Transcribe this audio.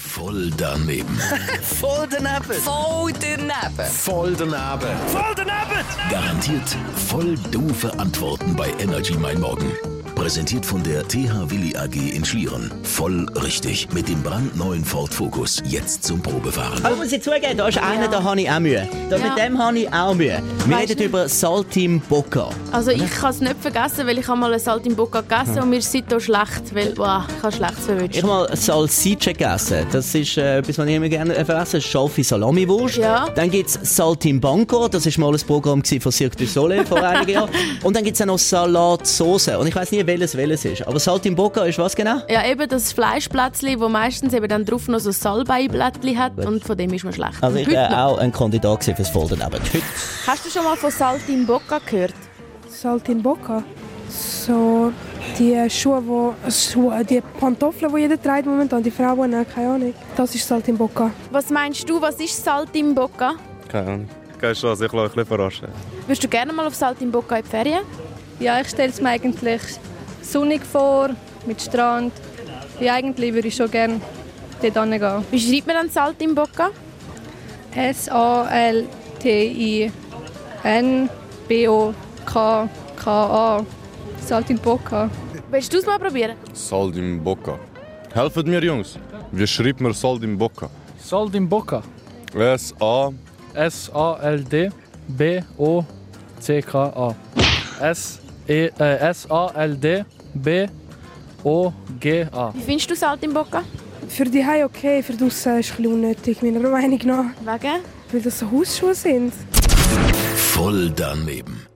Voll daneben. Voll daneben. Voll daneben. Voll daneben. Voll daneben. Garantiert voll doofe Antworten bei Energy Mein Morgen. Präsentiert von der TH Willi AG in Schlieren. Voll richtig. Mit dem brandneuen Ford Focus. Jetzt zum Probefahren. Aber muss ich zugeben, da ist einer, da habe ich auch Mühe. Da Mit dem habe ich auch Mühe. Wir Weißt reden du- über Saltim Bocca. Also ich kann es nicht vergessen, weil ich habe mal einen Salt im Boca gegessen und mir ist seitdem schlecht, weil wow, ich habe schlechtes Ich verwünscht. habe mal Salsiccia gegessen. Das ist äh, etwas, was ich immer gerne äh, verwesse. Scharfe Salamiwurst. Ja. Dann gibt es Saltimbanco. Das war mal ein Programm gewesen von Cirque du Soleil vor einigen Jahren. Und dann gibt es noch Salatsauce. Und ich weiß nie, welches welches ist. Aber Saltimbocca ist was genau? Ja, eben das Fleischplätzli, wo meistens eben dann drauf noch so Salbeiblättli hat und von dem ist man schlecht. Also ich Und heute war auch ein Kandidat gewesen fürs Folden. Aber heute noch. Hast du schon mal von Salt im Boca gehört? Salt in Boca. So die Schuhe, wo, Schuhe, die Pantoffeln, die jeder trägt momentan, die Frauen, ne? keine Ahnung. Das ist Salt in Boca. Was meinst du, was ist Salt im Boca? Keine Ahnung. Keine Chance, also ich lasse mich ein bisschen verarschen. Würdest du gerne mal auf Salt im Boca in die Ferien? Ja, ich stelle es mir eigentlich sonnig vor, mit Strand. Ja, eigentlich würde ich schon gerne dort hingehen. Wie schreibt man dann Salt im Boca? S-A-L-T-I-N-B-O-K-K-A. Salt in Boca. Willst du es mal probieren? Salt im Boca. Helfet mir, Jungs. Wie schreibt man Salt im Boca? Salt in Boca. S-A. S-A-L-D-B-O-C-K-A. S-A-L-D-B-O-G-A. Wie findest du Salt im Boca? Für die Hause okay, für draussen ist es ein bisschen unnötig, meiner Meinung nach. Wegen? Weil das so Hausschuhe sind. Voll daneben.